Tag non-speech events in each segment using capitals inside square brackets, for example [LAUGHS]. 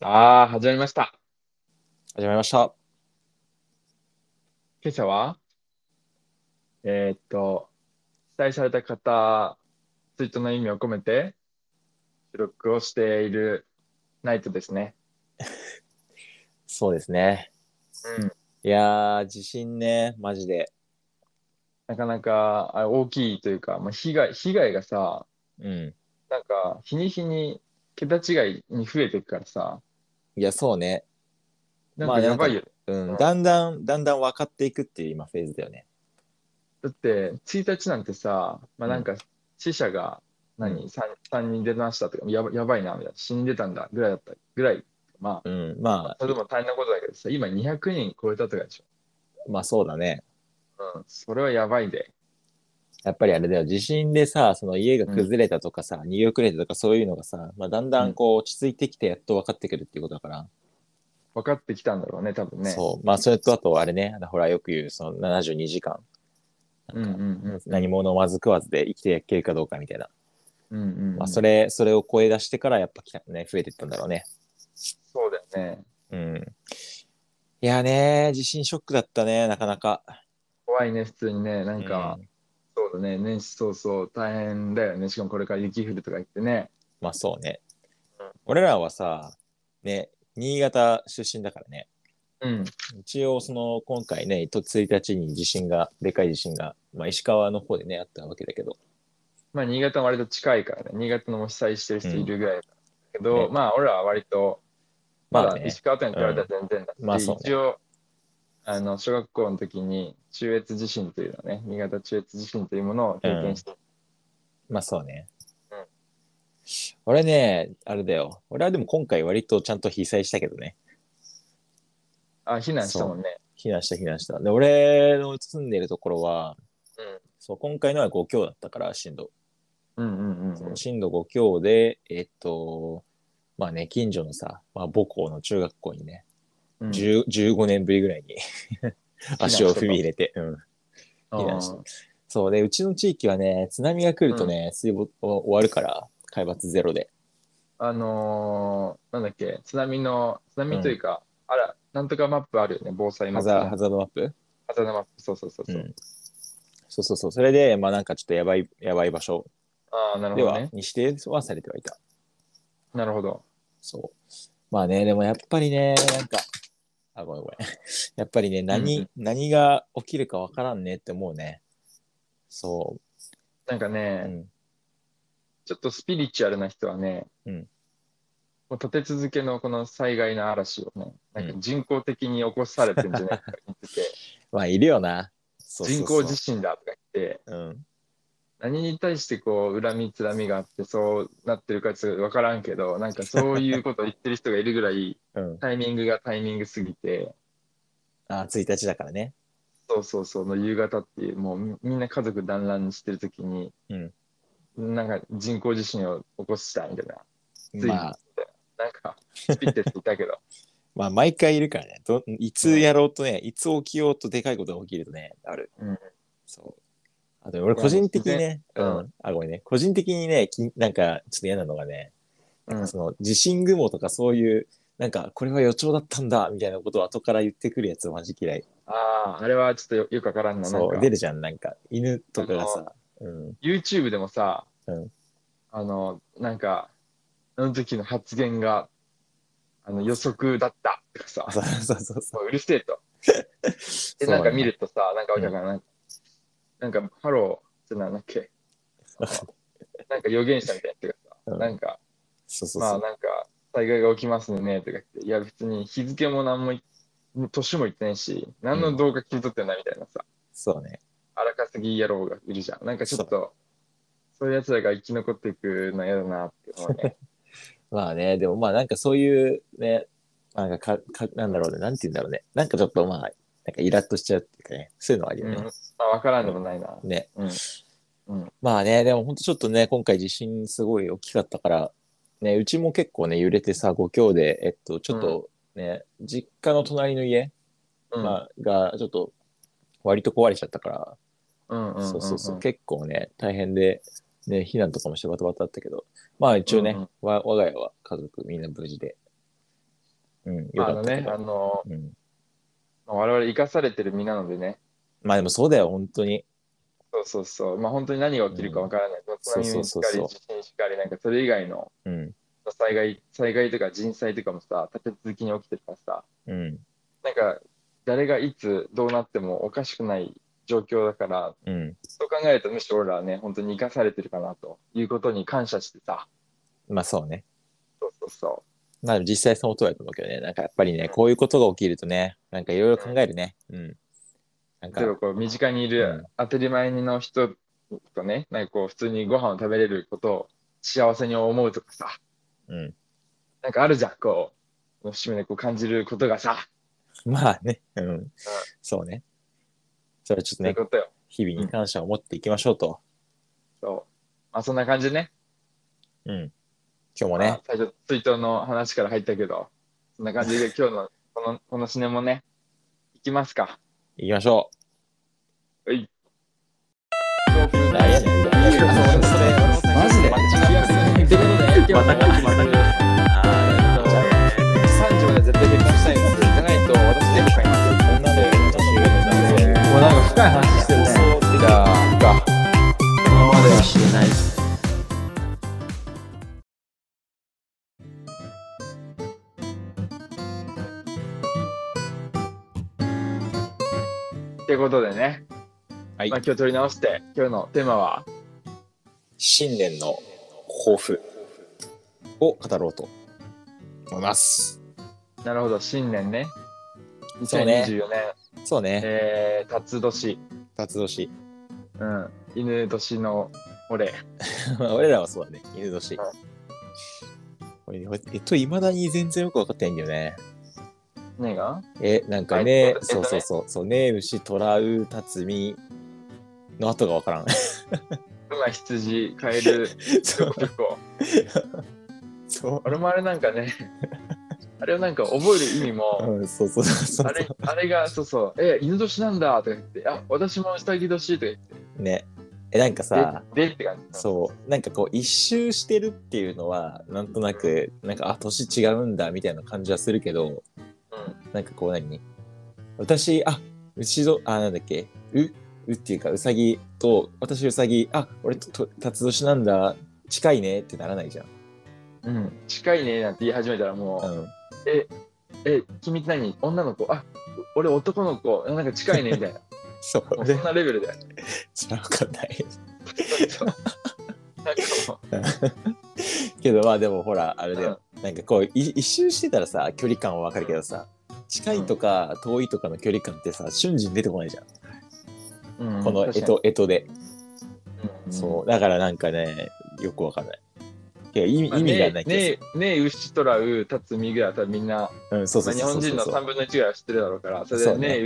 さあ、始まりました。始まりました。今朝は、えーっと、被災された方、ツイートの意味を込めて、収録をしているナイトですね。そうですね。うん。いやー、地震ね、マジで。なかなかあ大きいというか、まあ、被害、被害がさ、うん。なんか、日に日に、桁違いに増えていくからさ、いや、そうね。なんまかあ、なやんばか、いよね。う、うんんだんだん、だんだん分かっていくっていう今、フェーズだよね。だって、1日なんてさ、まあ、うなんん。か、死者がう何、ん。 3、三人出ましたとか、やば、やばいな、みたいな、死んでたんだ、ぐらいだった、ぐらい。まあ、うん。まあ、それでも大変なことだけどさ、今200人超えたとかでしょ。まあそうだね。うん、それはやばいで。やっぱりあれだよ、地震でさ、その家がうん、崩れたとかさ、逃げ遅れたとかそういうのがさ、まあ、だんだうんん。こう落ち着いてきてやっと分かってくるっていうことだから。分かってきたんだろうね、多分ね。そう。まあ、それとあと、あれね、あのほら、よく言う、その72時間。なんうんか、うん何者をまず食わずで生きていけるかどうかみたいな。うん。うんうんまあ、うそん。れ、それを超え出してから、やっぱ来たね、増えてったんだろうね。そうだよね。うん。いやね、地震ショックだったね、なかなか。怖いね、普通にね。なうんか、ん。そうだね。年始早々大変だよね。しかもこれから雪降るとか言ってね。まあ、そうね。うん俺らはさ、ね、新潟出身だからね。うん一応、その、今回ね、と1日に地震が、でかい地震が、まあ、石川の方でね、あったわけだけど。まあ、新潟は割と近いからね。新潟のも被災してるう人いん。るぐらいだけど、ね。まあ、俺らは割と、ままあだね。石川県にう比べたらん。全然だまあ、し、そう一ね。応、あの、小学校の時に中越地震というのね、新潟中越地震というものをう経験ん。して、まあ、そうね。うん、俺ね、あれだよ。俺はでも今回割とちゃんと被災したけどね。あ、避難したもそんね。う。避難した、避難した。で、俺の住んでるところは、うんそう、今回のは5強だったから、震度。うんうんうんそうう、ん。震度5強で、えっと、まあね、近所のさ、まあ、母校の中学校にね、うん。 10 15年ぶりぐらい [LAUGHS] に避足難をした踏み入と。れて、うん、う避難した。ん。うんそうで、うちの地域はね、津波が来るとね、水没終わるから、海抜ゼロで。あのー、なんだっけ、津波の、津う波といん。うか、あら、なんとかマップあるよね、防災マハップザ、ね。ハザードマップハザードマップ、そうそうそううそう。ん。そうそうそう。それで、まあなんかちょっとやばい、やばい場所ああ、なるでほどは、ね。に指定はされてはいた。なるほど。そう。まあね、でもやっぱりね、なんか、あ、ごめんごめん。 [LAUGHS] やっぱりね、うんう何、ん。何が起きるかわからんねって思うね。そなんかう。うね、ん。ちょっとスピリチュアルな人はね、うん。もう立て続けのこの災害の嵐をね、うなんかん。人工的に起こされてんじゃないかとか言ってて、まあ、いるよな。 [LAUGHS] そう人そう工そ地震だとか言って、う。うん。何に対してこう恨みつらみがあってそうなってるかちょっと分からんけどなんかそういうことを言ってる人がいるぐらいうん。タイミングがタイミングすぎてあ、1日だからね。そうそうそうの夕方っていうもうみみんな家族団らんしてる時にうん。なんか人工地震を起こしたみたいなついにまあ、なんかスピッてついたけど、まあ、毎回いるからね。ど、いうつんやろうとね、いつ起きようとでかいことが起きるとね、ある。うん、そう。あと、俺これは個もう人自的に然ね、ううんん。あ、ごめんね。個人的にね、き、なんか、ちょっと嫌なのがね、なんうかんその地震雲とかそういうなんかこれは予兆だったんだみたいなことを後から言ってくるやつマジ嫌いあああれはちょっとよ、よく分からんななんそう出かるじゃんなんか犬あとかがのさうん [LAUGHS] YouTube でもさうんあのなんかあの時の発言があの予測だったとかさそうそうそうそもううるせえ [LAUGHS] と。うで、そなうんなかん見だるとさ、なんかわうけわんからんない。なんか、ハローってなんだっ [LAUGHS] けあの、なんか予言者みたいなやつがさ、うなんんか、そうそうまそあうなんか、災害が起きますね、とか言って、いや別に日付も何もい、年も言ってないし、う何のん動画切り取ってないみたいなさ、そうね荒稼ぎ野郎がいるじゃん。なんかちょっそうと、そういうやつらが生き残っていくの嫌だなって思うね。まあねでもまあなんかそういうねなんかかかなんだろうねなんて言うんだろうねなんかちょっとまあなんかイラッとしちゃうっていうかね [LAUGHS] そういうのはあるようん、ねまあわからんうでもんないな。ねうん、うん、まあね、でも本当ちょっとね、今回地震すごい大きかったから、ね、うちも結構ね、揺れてさ、5強で、えっと、ちょうっん、とね、実家の隣の家、うん、まあ、が、ちょっと割と壊れちゃったかうら、ん、うそん、うう、そうんそうう、ん、結構ね、大変で、ね、避難とかもしてバタバタだったけど、まあう一応ん、うね、ん。わ、我が家は家族みんな無事で、うん、よあかのったけね、あど。の、うん、まあ我々生かされてる身なのでね、まあでもそうだよ、本当に。そうそうそう、まあ本当に何が起きるかわからない。津波しっかそうそうそうそり、う地震しっかり、なんかそれ以外のうん、災害、災害とか人災とかもさ、立て続きに起きてるからさ、うん、なんか誰がいつどうなってもおかしくない状況だから、うん。そう考えるとむしろ俺らはね、本当に生かされてるかなということに感謝してさ、まあそうね。そうそうそまあ実際その通りだと思うけどね。なんかやっぱりね、こういうことが起きるとね、なんかいろいろ考えるね。うん。なんう。か例え、ばこう身近にいうるん当たり前の人とね、なんかこう普通にご飯を食べれることを幸せに思うとかさ、うん。なんかあるじゃん、こう、節目でこう感じることがさ、 [LAUGHS] まあね、うん。そうね。それはちょっとそういうね、ことよ。日々に感謝を持っていきましょうと。そう。まあそんな感じでね。うん。今日もねまあ、最初、追悼の話から入ったけど、そんな感じで今日のこの、このシネもね、いきますか。行きましょう。はい。あいやいやいやいやそれそれマジでマジでということで今日はねまたねあじゃあ三条で絶対結婚したいんですじゃないと私でも買います。こんなのより年上の男性。もうなんか深い話してるね。じゃあ、行くか。このままでは知れないです。ってことでね、はいまあ、今日取り直して今日のテーマは新年の抱負を語ろうと思います。なるほど新年ねそうね2024年、そうね、えー、辰年、辰年。 [LAUGHS] うん、犬年の俺俺らはそうだね、犬年は。これえっと、いまだに全然よく分かってないんだよね。ねがえ、なんかはいね、そそううだそうそう、そう、ね牛、虎、う、辰巳の後が分からん。 [LAUGHS] 馬羊カエ [LAUGHS] ルそう、旅行そ俺もあれなんか [LAUGHS] ねあれをなんか覚える意味う、もうん、そうそうそうあれあれがそうそう「え犬年なんだ」とか言って「あ私も下着年」とか言ってね。え、なんかさ、 「で」でって感じそうなんかこう一周してるっていうのはなんとなくなんかあ年違うんだみたいな感じはするけどうんなんかこう何私あ牛どあなんだっけううっていうかうさぎと私うさぎあ俺とと辰年なんだ近いねってならないじゃん。うん、近いねなんて言い始めたらもう、うん、え、君って何女の子あ、俺男の子、なんか近いねみ [LAUGHS] たいな。そうもうそんなレベルだよね。それは分かんないそうなんかもけどまあでもほらあれうだよ、なんかこうい一周してたらさ距離感は分かるけどさ近いとか遠いとかの距離感ってさ瞬時に出てこないじゃん、うん、この確かえにとえとで。うんそう、だからなんかね、よくわかんない。いや意味まあ意味がないけねえ、ねえ、うしとらう、たつみぐらいは多分みんな、ど、うん、そうまそあ、う日そ本人うそうのそう。 3分の1ぐらいは知ってるだろうから、それそでうねねえ、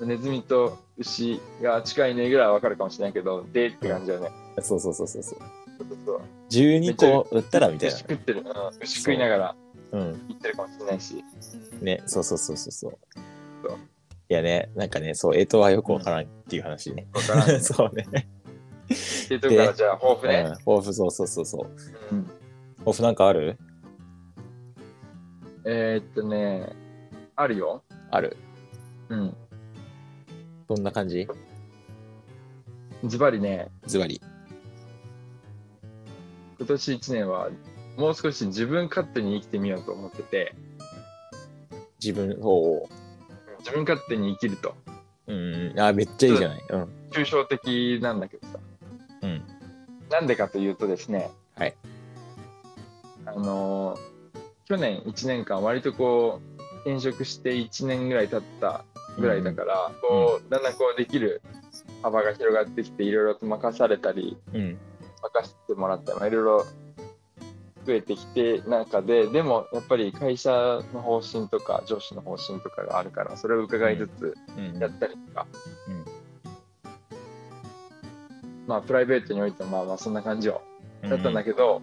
う、ネズミと牛が近いねぐらいは分かるかもしれないけど、でって感じだよね。そうそうそうそうそそう。うそう12個だったらみたい牛食ってる、うん、牛食いながらな。うん。言ってるかもしれないし、ね、そうそうそうそうそうそう。いやね、なんかね、そう、えとはよくわからんっていう話ね。分からん。っ [LAUGHS] そうね。ていうところから、でじゃあ、抱負うんね。。抱負、そうそうそうそう。うん抱負なんかあるえー、っとね、あるよ。ある。うん。どんな感じズバリね、ズバリ。今年1年は、もう少し自分勝手に生きてみようと思ってて、自分、おう自分勝手に生きると、おう。うんうん。あ、めっちゃいいじゃない。うん。抽象的なんだけどさ。うん。なんでかというとですね、はい。あのー去年1年間、割とこう、転職して1年ぐらい経ったぐらいだから、こう、だんだんこう、できる幅が広がってきて、いろいろと任されたり、うん。任せてもらったりまあいろいろ増えてきて中ででもやっぱり会社の方針とか上司の方針とかがあるからそれを伺いつつうんやったりとか、うんまあプライベートにおいてもまあまあそんな感じようん。だったんだけけど、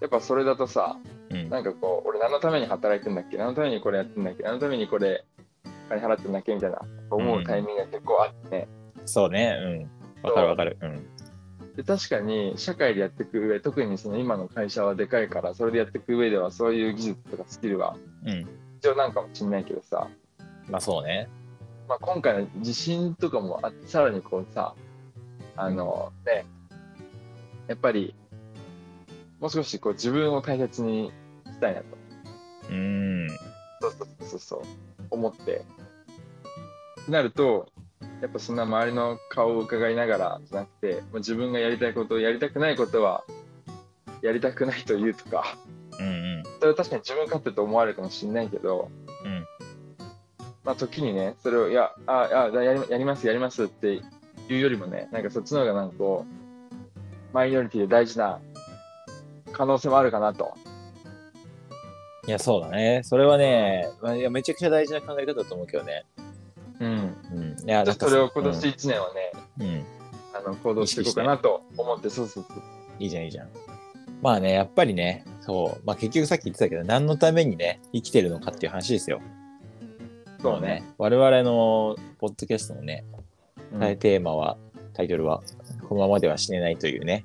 やっぱそれだとさど。うん。なんかこう俺何のために働いてんだっけ何のためにこれやってんだっけ何のためにこれ金払ってんだっけみたいな思うタイミングが結構あって、そうね。うん。わかるわかる。うん。で確かに社会でやっていく上特にその今の会社はでかいからそれでやっていく上ではそういう技術とかスキルはうん。必要なんかもしれないけどさ、まあそうね。まあ、今回の地震とかもあってさらにこうさあのねやっぱりもう少しこう自分を大切にしたいなとうん。そうそうそうそう思ってってなるとやっぱそんな周りの顔を伺いながらじゃなくてもう自分がやりたいことやりたくないことはやりたくないと言うとかうんうん。それは確かに自分勝手と思われるかもしれないけど、うんまあ時にねそれを「いやああやりやりますやります」って言うよりもねなんかそっちの方がなんかこうマイノリティで大事な可能性もあるかなと。いや、そうだね。それはね、まあ、いやめちゃくちゃ大事な考え方だと思うけどね。うん、うん。いちょっや、なんかとそれを今年1年はね、うんうんあの行動していこうかなと思って、そうそうそう。いいじゃん、いいじゃん。まあね、やっぱりね、そう、まあ結局さっき言ってたけど、何のためにね、生きてるのかっていう話ですよ。そうね。も。我々のポッドキャストのね、うんテーマは、タイトルは、このままでは死ねないというね、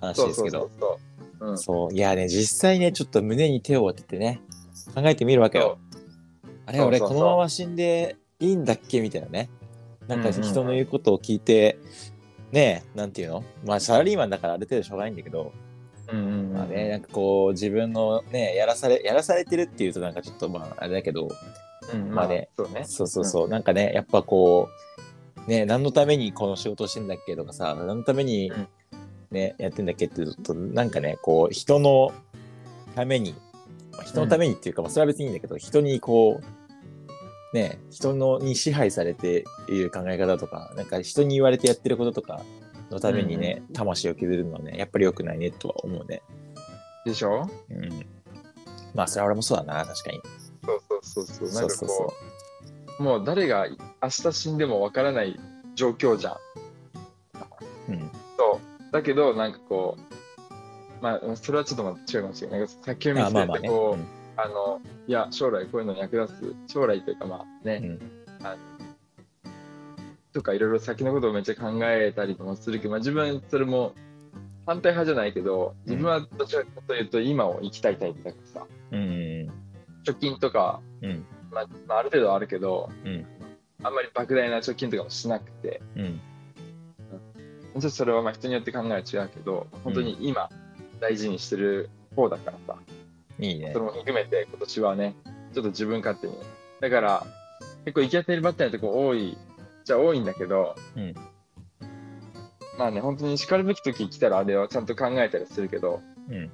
話そうですそうけど。そうそう。うん。そういやね実際ねちょっと胸に手を当ててね考えてみるわけよあれそう俺そうこそうのまま死んでいいんだっけみたいなねなんかうんうんうん人の言うことを聞いて、ねえなんていうのまあサラリーマンだからある程度しょうがないんだけど、うんうんうん。まあねなんかこう自分のねやらされやらされてるっていうとなんかちょっとまああれだけどうん、ままああねね。そうね。そうそうそう、なんかねやっぱこうね何のためにこの仕事をしてんだっけとかさ何のためにうんね、やってんだっけって言うとなんかねこう人のためにまあ人のためにっていうか、まあそれは別にいいんだけど人にこうね人のに支配されている考え方とかなんか人に言われてやってることとかのためにね、魂を削るのはねやっぱり良くないねとは思うね。でしょうんまあそれは俺もそうだな確かに。そうそうそうそう。なそんうかそうそこう、もう誰が明日死んでもわからない状況じゃん。う。うんそう。だけど、なんかこう、まあ、それはちょっとまた違うかもしれない。なんか先を見あまあ据まあえて、ね。こうんう、あの、いや、将来こういうのに役立つ、将来というかまあね、あのとかいろいろ先のことをめっちゃ考えたりもするけど、まあ、自分それも反対派じゃないけど自分はどちらかというと今を生きたいタイプだからさうんうん貯金とか、うんまあまあ、ある程度はあるけど、うんあんまり莫大な貯金とかもしなくてうんちょっとそれはまあ人によって考えは違うけど本当に今大事にしてる方だからさ、いいねそれ。も含めて今年はねちょっと自分勝手にだから結構行き当たりばったりなとこ多いじゃあ多いんだけど、うんまあね本当に叱るべき時来たらあれはちゃんと考えたりするけどうん。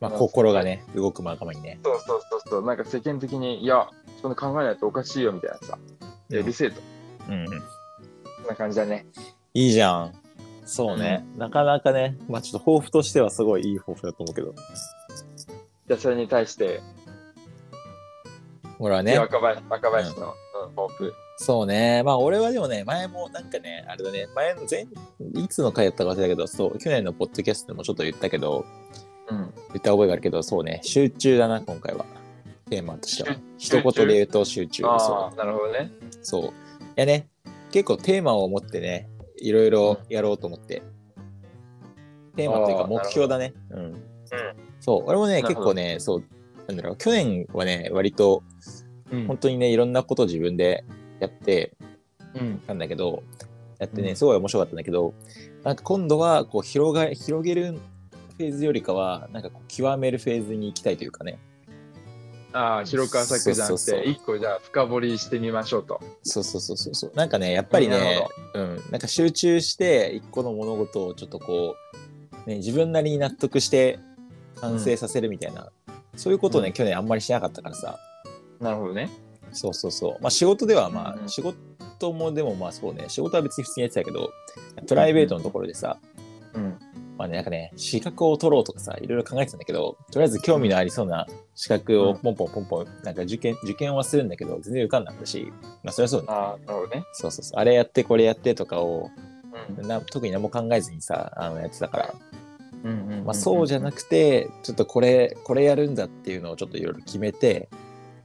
まあ、心がね、動くまがまにね。そうそうそうそうなんか世間的にいやその考えないとおかしいよみたいなさうんえ理性とうん。そんな感じだねいいじゃん。そうね。なかなかね、まあちょっと抱負としてはすごいいい抱負だと思うけど。じゃあそれに対して、俺はでね、若林若林のうん抱負、そうね。まあ俺はでもね、前もなんかね、あれだね、前の前、いつの回やったか忘れたけど、そう、去年のポッドキャストでもちょっと言ったけど、うん、言った覚えがあるけど、そうね、集中だな、今回は。テーマとしては。一言で言うと集中。そうああなるほどねそう。いやね、結構テーマを持ってね、いろいろやろうと思って。テーマというあかー目標だね。うん。そう、俺もね、結構ね、そう、なんだろう、去年はね、割と、うん本当にね、いろんなこと自分でやってうんたんだけど、やってうね、んすごい面白かったんだけど、なんか今度は、こう、広が、広げるフェーズよりかは、なんかこう、極めるフェーズに行きたいというかね。ああ広く浅くじゃなくそうそうてそう一個じゃあ深掘りしてみましょうとそうそうそうそうそう。なんかね、やっぱりうんなるね、うん、なんか集中して一個の物事をちょっとこう、ね、自分なりに納得して完成させるみたいな、そういうことをね、うん去年あんまりしなかったからさ、なるほどねそうそうそう。まあ仕事ではまあ、うんうん仕事もでもまあそうね、仕事は別に普通にやってたけど、プライベートのところでさ、うんまあね、なんかね、資格を取ろうとかさ、いろいろ考えてたんだけど、とりあえず興味のありそうな資格をポンポンポンポン、なんか受験、受験はするんだけど、全然受かんなかったし、まあそりゃそうだね。ああなるほどねそうそうそう。あれやって、これやってとかを、うな特に何も考えずにさあのやってたから、んうんまあ、そうじゃなくてちょっとこれこれやるんだっていうのをちょっといろいろ決めて、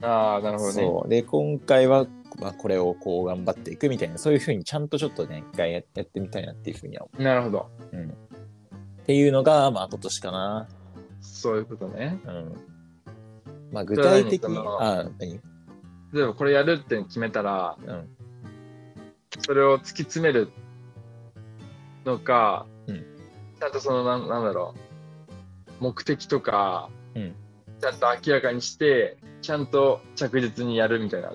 ああなるほどねそうで今回はまあ、これをこう頑張っていくみたいな、そういうふうにちゃんとちょっとね、一回ややってみたいなっていうふうには思なるほど。う。うん。っていうのが、まあ、今年かな。そういうことね。うん。まあ、具体的それに、は何あ、何例えばこれやるって決めたら、うん。それを突き詰めるのか、うんちゃんとそのなんなんだろう目的とか、うんちゃんと明らかにしてちゃんと着実にやるみたいな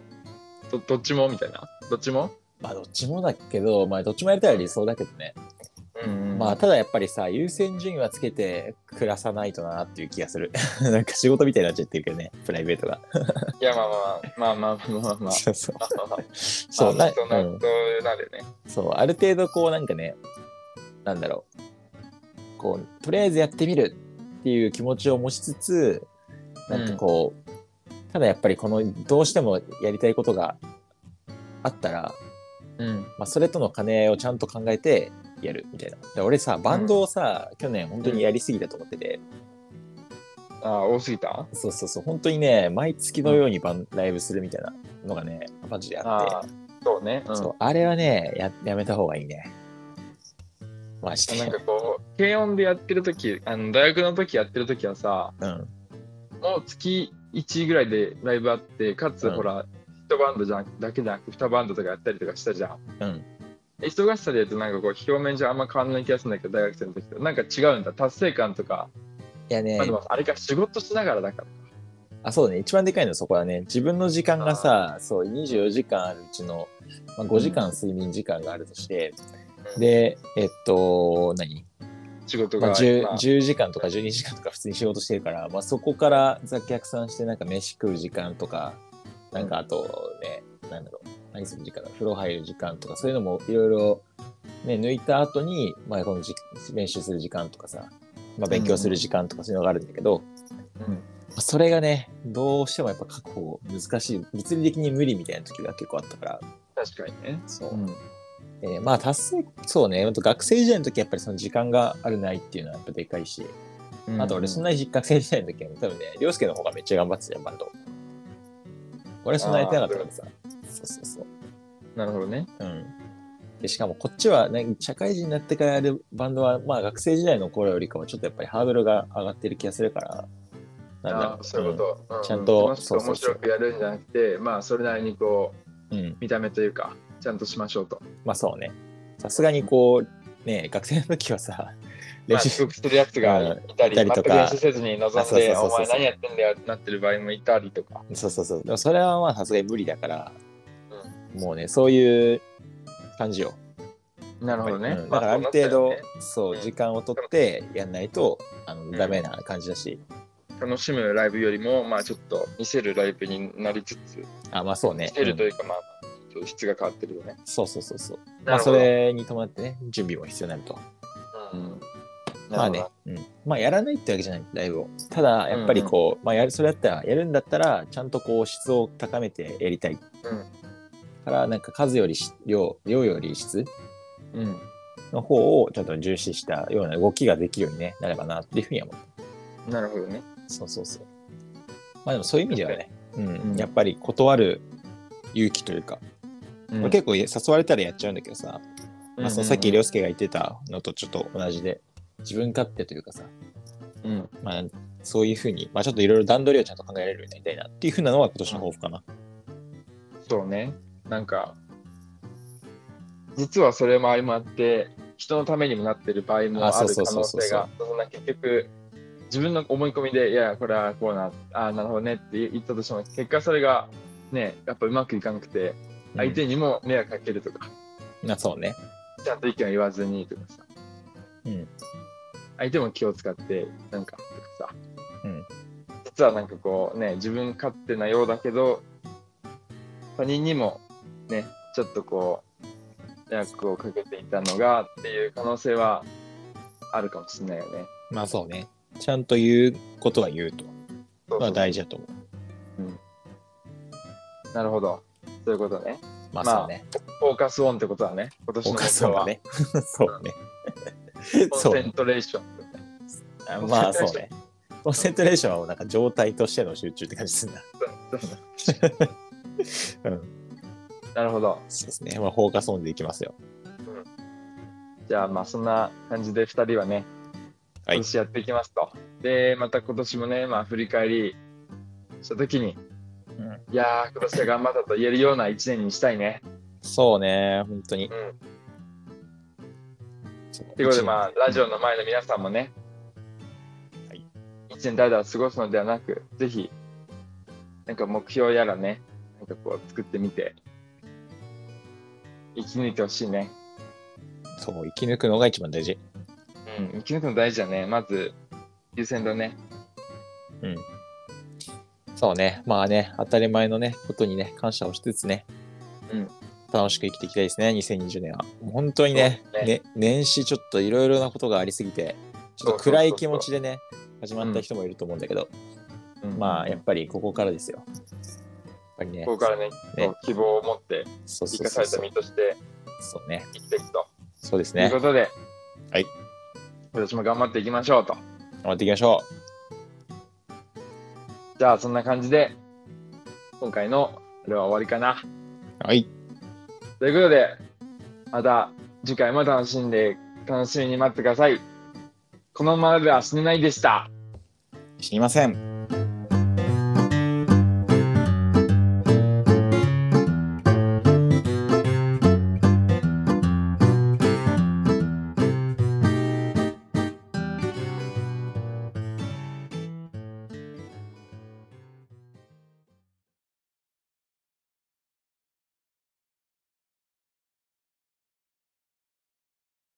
どどっちもみたいなどっちも、まあ、どっちもだけど、まあ、どっちもやりたい理想だけどね。まあ、ただやっぱりさ、優先順位はつけて暮らさないとなっていう気がする。 [LAUGHS] なんか仕事みたいになっちゃってるけどね、プライベートが。いやまあまあまあまあまあまあまあそ [LAUGHS] うそう。まあまあまあそう、な、そうなうんそうなるよねそう、ある程度こうなんかね、なんだろう、こう、とりあえずやってみるっていう気持ちを持ちつつ、なんかこう、ただやっぱりこの、どうしてもやりたいことがあったら、うんまあ、それとの兼ね合いをちゃんと考えてやるみたいな。で俺さ、バンドをさ、去年本当にやりすぎたと思ってて、ああ多すぎたそうそうそう、本当にね、毎月のようにバンライブするみたいなのがね、マジであって。ああそうね、うん、そうあれはねや、やめた方がいいね。マジなんで。かこう軽音でやってる時あの大学の時やってる時はさ、うん。もう月1ぐらいでライブあって、かつ、うんほら、一バンドじゃなだけじゃなくて、二バンドとかやったりとかしたじゃん。うん。忙しさで言うと、なんかこう、表面上あんま変わんない気がするんだけど、大学生の時と。なんか違うんだ、達成感とか。いやねまあ、、でもあれか、仕事しながらだから。あ、そうだね。一番でかいのはそこだね。自分の時間がさ、そう、24時間あるうちの、まあ、5時間睡眠時間があるとして、うんで、えっと、何、仕事まが、あ、10, まあ10時間とか12時間とか普通に仕事してるから、まあ、そこからざ逆算して、なんか飯食う時間とか、なんかあとね、なんだろう、何する時間だ、風呂入る時間とか、そういうのもいろいろ、ね、抜いた後に、まあ、このじ練習する時間とかさ、まあ、勉強する時間とかそういうのがあるんだけど、うんそれがね、どうしてもやっぱ確保難しい、物理的に無理みたいな時が結構あったから、確かにね。そうう。ん。えーまあ達成、そうね、あと学生時代の時やっぱりその時間があるないっていうのはやっぱでかいし、あと俺そんな、なに学生時代の時は多分ね、凌介の方がめっちゃ頑張ってたよ、バンド。俺そんなやってなかったからさ。そうそうそう。なるほどね。うん。で、しかもこっちは、ね、社会人になってからやるバンドは、まあ学生時代の頃よりかはちょっとやっぱりハードルが上がってる気がするから、なんだろあう。ーそういうこと。うちゃんと楽しくそうそう面そ白うくやるんじゃなくて、まあ、それなりにこう、うん。うん。見た目というか、ちゃんとしましょうと。まあそうね。さすがにこう、ね、学生の時はさ、ま練あ、習遅刻してるやつがいたり、うんいたり全とくか練習せずにあ臨んそうそうで、そうおそう前何やってんだよってなってる場合もいたりとか。そうそうそう。でもそれはまあさすがに無理だから、もうね、そういう感じよ。なるほどね。うんだからある程度、そう,、うん時間を取ってやんないと、あのダメな感じだし、楽しむライブよりも、まあちょっと見せるライブになりつつ、あまあそう見ね、せるとういんうか、まあ、ちょっと質が変わってるよね。そうそうそうそうまなあるそほど、れに伴ってね準備も必要になるとうんまあね、うん、まあやらないってわけじゃないライブをただやっぱりこう、まあやるそれだったらやるんだったらちゃんとこう質を高めてやりたいからなんか数よりし量量より質うん。うんの方をちょっと重視したような動きができるようにねなればなっていうふうには思うなるほどね。そうそうそう。まあでもそういう意味ではね、うんうんやっぱり断る勇気というか、うん俺結構誘われたらやっちゃうんだけどさ、まあ、そのさっきうん凌介が言ってたのとちょっと同じで、自分勝手というかさ、うんまあ、そういうふうに、まあ、ちょっといろいろ段取りをちゃんと考えられるようになりたいなっていうふうなのは今年の抱負かな。そうね。なんか、実はそれも相まって、人のためにもなってる場合もああそうるそう可そう能そう性が、そんな結局、自分の思い込みで、いや、これはこうな、ああ、なるほどねって言ったとしても、結果それが、ね、やっぱうまくいかなくて、相手にも迷惑かけるとか、うんまあそうね。ちゃんと意見を言わずにとかさ、うん相手も気を使って、なんかとかさ、うん実はなんかこうね、自分勝手なようだけど、他人にもね、ちょっとこう、迷惑をかけていたのがっていう可能性はあるかもしれないよね。まあそうね。ちゃんと言うことは言うと。そうまそあう大事だと思う。なるほど。そういうことね。まあまあそうね。フォーカスオンってことだね。今年おの目母さん標がは。ね。 [LAUGHS] そうね。コン [LAUGHS] そうセントレーション。 [LAUGHS] あまあそうね。コンセントレーションはもうなんか状態としての集中って感じするな。そうそううん。なるほど。そうですね。ま [LAUGHS] あ、フォーカスオンでいきますよ。じゃあまあそんな感じで2人はね、は今い年やっていきますと。で、また今年もね、まあ振り返りしたときに、うんいやー、今年は頑張ったと言えるような1年にしたいね。そうね、本当に。うん。そうということで、まあ、ラジオの前の皆さんもね、はい一年だらだら過ごすのではなく、ぜひ、なんか目標やらね、なんかこう作ってみて、生き抜いてほしいね。そう、生き抜くのが一番大事。うん、生き抜くの大事だね。まず、優先だね。そうね、まあね、当たり前のね、ことにね、感謝をしつつね、うん楽しく生きていきたいですね、2020年は。もう本当にねそう、ね年始ちょっといろいろなことがありすぎて、ちょっと暗い気持ちでね、始まった人もいると思うんだけど、うんまあ、やっぱりここからですよ。やっぱりね、ここからね、ねこう希望を持って、そう生そうかそさうれたそう。身としてそうね、生きていくと。そうですというねこ。とで、はい。今年も頑張っていきましょうと。頑張っていきましょじゃあ、そんな感じで、今回の、あれは終わりかな。う。はい、ということで、また次回も楽しんで、楽しみに待ってください。このままでは死ねないでした。死にません。